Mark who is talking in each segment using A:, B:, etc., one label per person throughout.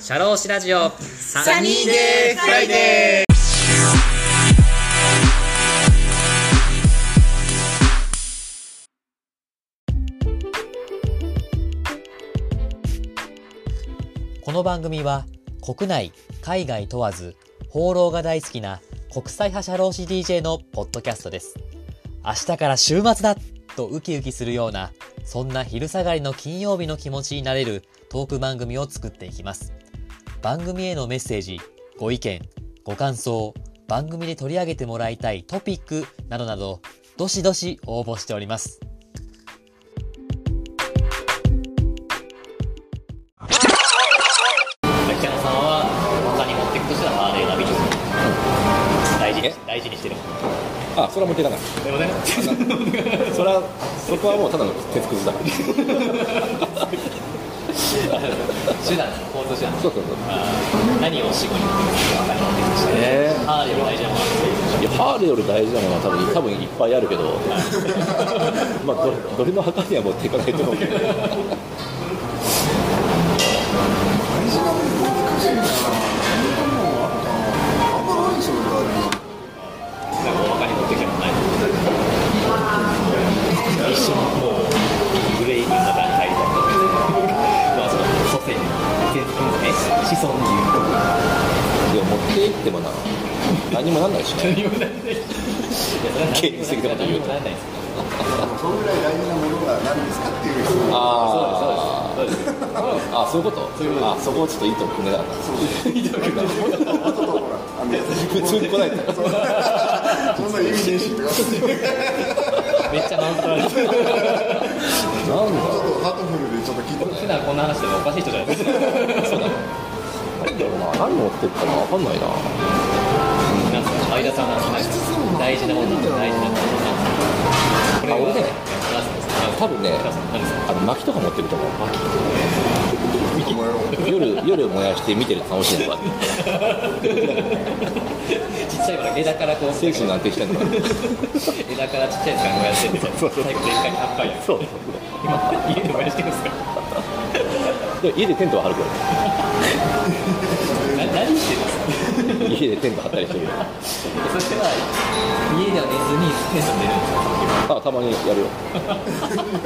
A: シャローシラジオサ
B: ニーデーフライデ
A: ーこの番組は国内海外問わず放浪が大好きな国際派シャローシ DJ のポッドキャストです明日から週末だとウキウキするようなそんな昼下がりの金曜日の気持ちになれるトーク番組を作っていきます番組へのメッセージ、ご意見、ご感想、番組で取り上げてもらいたいトピックなどなど、どしどし応募しております。北野さんは他に持っていくとしたらハーレーナビです。大事
B: にえ
A: 大事にしてる
B: あ、それは持っていかない。
A: でもね、
B: それは、そこはもうただの鉄くずだから。
A: 手段、交通手段。
B: そうそうそう。
A: 何を死後に持っていくか分かんないですね。
B: え
A: ハーレーは大事なものなんですよ
B: えいや、ハーレーより大事なものは多分、多分いっぱいある けど。まあ、ど、どれの墓には持っていかないと思うけど。
C: 大事なもの難しいな。大事なものはあんまないでしょ、俺は今。
A: なんかお腹に持ってきてもない一緒にもうブレイキングな段階だったまあその祖先先祖子孫に
B: いや、持っていってもな。何もなんないしね。
A: 言う何もなん ない
B: 経営的なこと言うと
A: 何もなんないですよ
C: でもそのぐらい大事なものが何ですかっていう質問。
B: あ
A: そうですそうですそうです
B: あ。あ、そういうこと。あ、そこをちょっといいとこ組めなかった。
C: もっとほら、あの、
B: 普通に来ないから。
C: そんな意味ねえしとか。 ちょっ
A: めっちゃマウント取られてる
B: なんだ。
C: とハートフルでちょっと聞いて
A: 普段こんな話でもおかしい人じゃないですかそうだ
B: なんだろうな。何持っていくかな、わかんないな。
A: なんすか相田さんなんか大事なものなんですか大事なものなんですかこれは
B: あ俺
A: なん
B: ね
A: すか
B: 多分ね
A: なんすかなんですか
B: あの、薪とか持ってると思う。
C: みてもらおう。
B: 夜、夜燃やして見てると楽しいのか。
A: ちっちゃいから枝からこう
B: 精神なんてきたのか。
A: 枝からちっちゃい時間燃やしてるみたいな最後全開に8杯や
B: そう。
A: 今家で燃やしてるんですか
B: でも家でテントは張るけど。
A: な何してるんですか
B: 家でテント張ったりしてるよ
A: そしては家では寝ずにテンション出るんですか
B: あたまにやるよ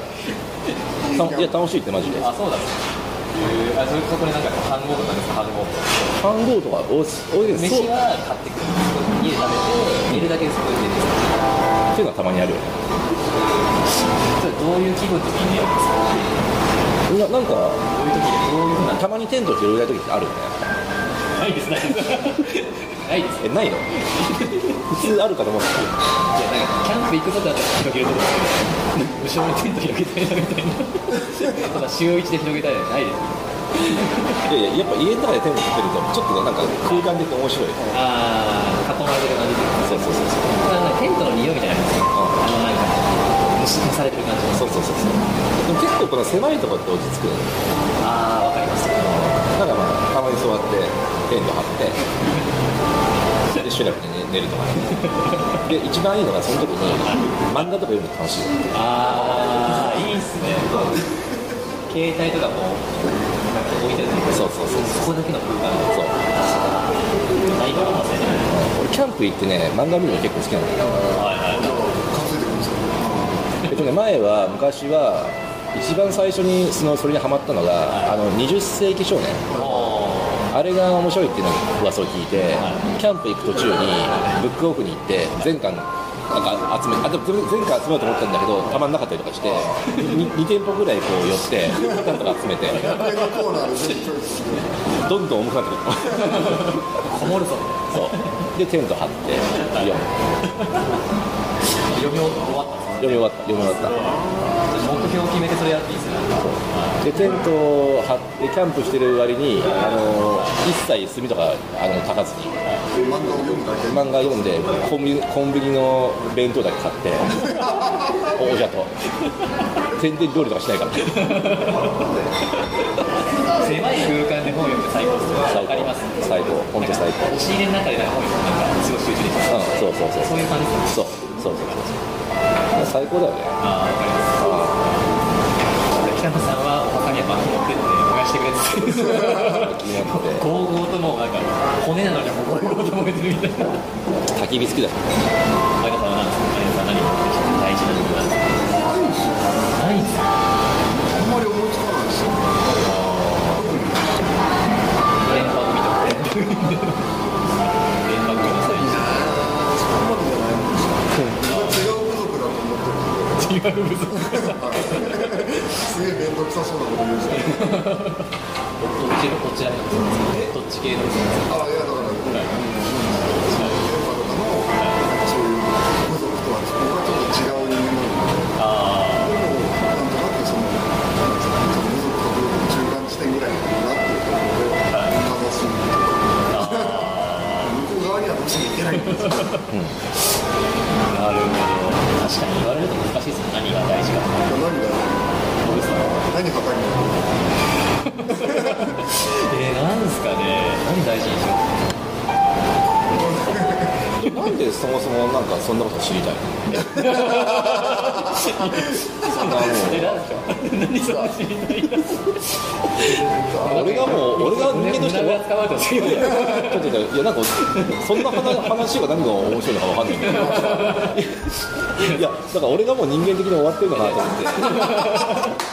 B: たいや楽しいってマジで
A: あそうだねへーあそれここになんか飯盒とかですか飯盒
B: 飯盒とか多い多いけどそう
A: 飯は買ってくる家で食べて寝るだけですごい寝るんですか
B: っていうのはたまにやるよ
A: それどういう気分の時に寝るんですか
B: ななんか
A: どういう時でどういうふうな
B: たまにテント広げたい時ってあるよね
A: ないですないですないです
B: えないの 普通あるかと思うんだ
A: じゃあなんかキャンプ行くぞってなったら広げるとこですけど後ろにテント広げたいなみたいなただ週一で広げたいのはないです
B: けどいやいややっぱ家の中でテント張ってるとちょっとなんか空間的に面白い
A: ああ囲まれてる感じ
B: そうそうそうそう
A: なんかテントの匂いみたいなのあ
B: あ
A: のなんか虫化されてる感じ
B: そうそうそうそうでも結構この狭いとこって落ち着くのよ
A: ああわかります
B: だからまあたまに座ってテント 張ってで集落で寝寝るとかねで一番いいのがその時に漫画とか読むの楽しい
A: ああいいっすね携帯とかもなんか置いてるんです
B: そうそうそ
A: け
B: う
A: どそこだけの空間
B: そう
A: ないかもしれない
B: 俺キャンプ行ってね漫画見るの結構好きなんだよ
A: はいはい
C: かついてくるんですよ。
B: えっとね前は昔は一番最初にそのそれにハマったのがあの20世紀少年
A: お
B: あれが面白いっていうのを噂を聞いて
A: は
B: キャンプ行く途中にブックオフに行って全巻なんか集めあでも全巻集めようと思ったんだけどたまんなかったりとかして2 店舗ぐらいこう寄ってなんとか集めて
C: これのコーナーで全部チョイスして。
B: どんどん重くなってくる
A: ーこもるぞ
B: そうでテント張って読む
A: 読み終わった
B: 読み終わった読み終わっ
A: 目標を決めてそれやっていいっすね
B: たでテントを張ってキャンプしてる割にあの一切炭とかあの炊かずに
C: 漫画を読むだけ。
B: 漫画読んでコンビニコンビニの弁当だけ買って おじゃと全然料理とかしないから
A: 狭い空間で本読むって最高っすねわかります
B: 最高本当最高
A: 押し入れの中でなんか本読むとなんかすごい集中でき
B: うんそうそうそう
A: たそういう感じですね
B: そうそうそうそうそう最高だよね
A: ああ、わかります。北野さんはお墓にやっぱ持ってって、燃やし
D: してくれっ
B: 気
D: て
B: になって
D: ゴーゴーともうなんか骨なのにもゴーゴーとも別にみたいな
B: 焚き火好きだし
D: 前田さんは何ですか前田さん何が大事な部分
C: ないん
D: なんです
C: ですよあんま
D: かないですか
C: り思いつかないですよそこま
D: 連泊見たこと連泊見たこと
C: でじゃないんですよ違う部族だと思ってるんで
D: 違う部族
C: すげえ面倒くさそうなこと言うんですけど
D: どっちのこちらのどっち系の部族
C: あいやだから、うん、うん、現場とかのなんかそういう部族とは僕はちょっと違う人間
D: あ
C: なのででもなんとなくそのなんですかねその部族と部族の中間地点ぐらいになってると思うのでかざす向こう側にはどうしてもいけないんですよ
D: あなるほど確かに言われると難しいですね何が大事か
C: 何が
D: どうですか
C: 何測るの
D: えー、なんですかね何大事にしよう
B: なんでそもそもなんかそんなこと知りたいのそんなも
D: えなんですか何その知りたいな
B: う俺がもう俺が人間として
D: 胸が
B: は
D: 捕まえてほしい
B: ちょっといやなんかそんな話話が何が面白いのかわかんないけどいやだから俺がもう人間的に終わってるのかなと思っ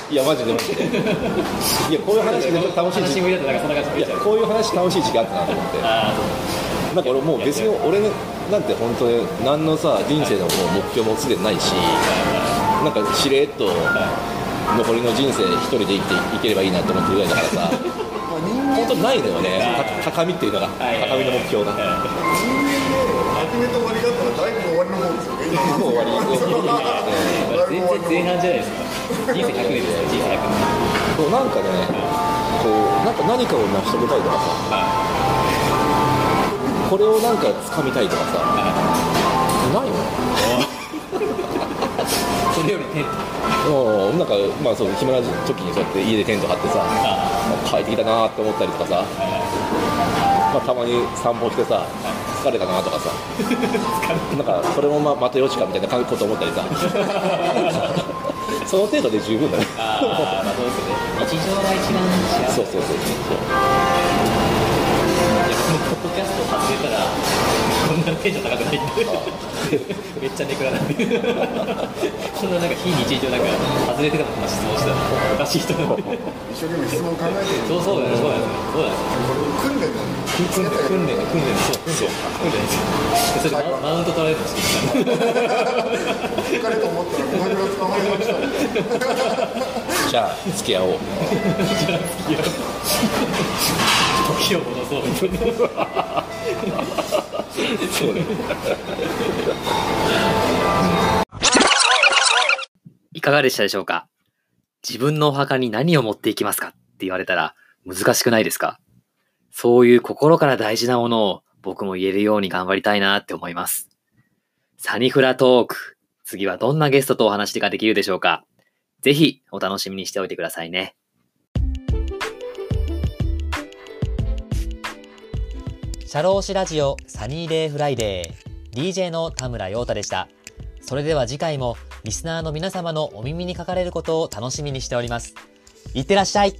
B: ていやマジでマジでいやこういう話めっちゃ楽しい
D: 話
B: 時
D: し
B: 期
D: ぶりだとなんかそんな感じ
B: い
D: になっちゃ
B: や
D: う
B: こういう話楽しい時期あったなと思って
D: あ
B: なんか俺もう別に俺なんて本当に何のさ人生のもう目標もすでにないしなんかしれっと残りの人生一人で生きていければいいなと思ってるぐらいだからさ
C: まあ人間
B: 本当ないのよねた高みっていうのが
D: あはい
B: 高みの目標がも
C: 人間で初めと終わりだったらだいぶ終わりの方ですよね。
B: う終わり
D: あ
C: だいぶ終わ
D: 全然前
C: りの方
D: 半じゃないですか人生100年ですよ人生100年
B: そうなんかねこうなんか何かを成し遂げたいとかさこれをなんか掴みたいとかさないの
D: それよりテント
B: もうなんか、まあ、そう暇な時にそうやって家でテント張ってさ、帰ってきたなーって思ったりとかさ、まあ、たまに散歩してさ、疲れたなとかさ、なんかそれもまあまたよしかみたいなこと思ったりさ、その程度で十分だね、
D: ああまあそうですよね日常が一番幸せ
B: そうそうそうそう、
D: いや僕もポッドキャストを外れたらこんなテンション高くないんでめっちゃネクラなんでこんななんか非日常なんか外れてたもん質問したらおかしい人なんで
C: 一生懸命質問考えてる。
D: そうそうだねそうだねそうだね
C: これ訓練なんで
D: 訓練訓練訓練そう訓練そうそれママウント取られてほしい
C: す。疲れと思ったらこのぐら捕まりましたみたいな。
B: じゃあ、付き合おう、
D: 時を戻そうみたいな
B: そうね、
A: いかがでしたでしょうか自分のお墓に何を持っていきますかって言われたら難しくないですかそういう心から大事なものを僕も言えるように頑張りたいなって思います。サニフラトーク。次はどんなゲストとお話ができるでしょうかぜひお楽しみにしておいてくださいね。シャローシラジオサニーデイフライデー DJ の田村陽太でした。それでは次回もリスナーの皆様のお耳にかかれることを楽しみにしております。いってらっしゃい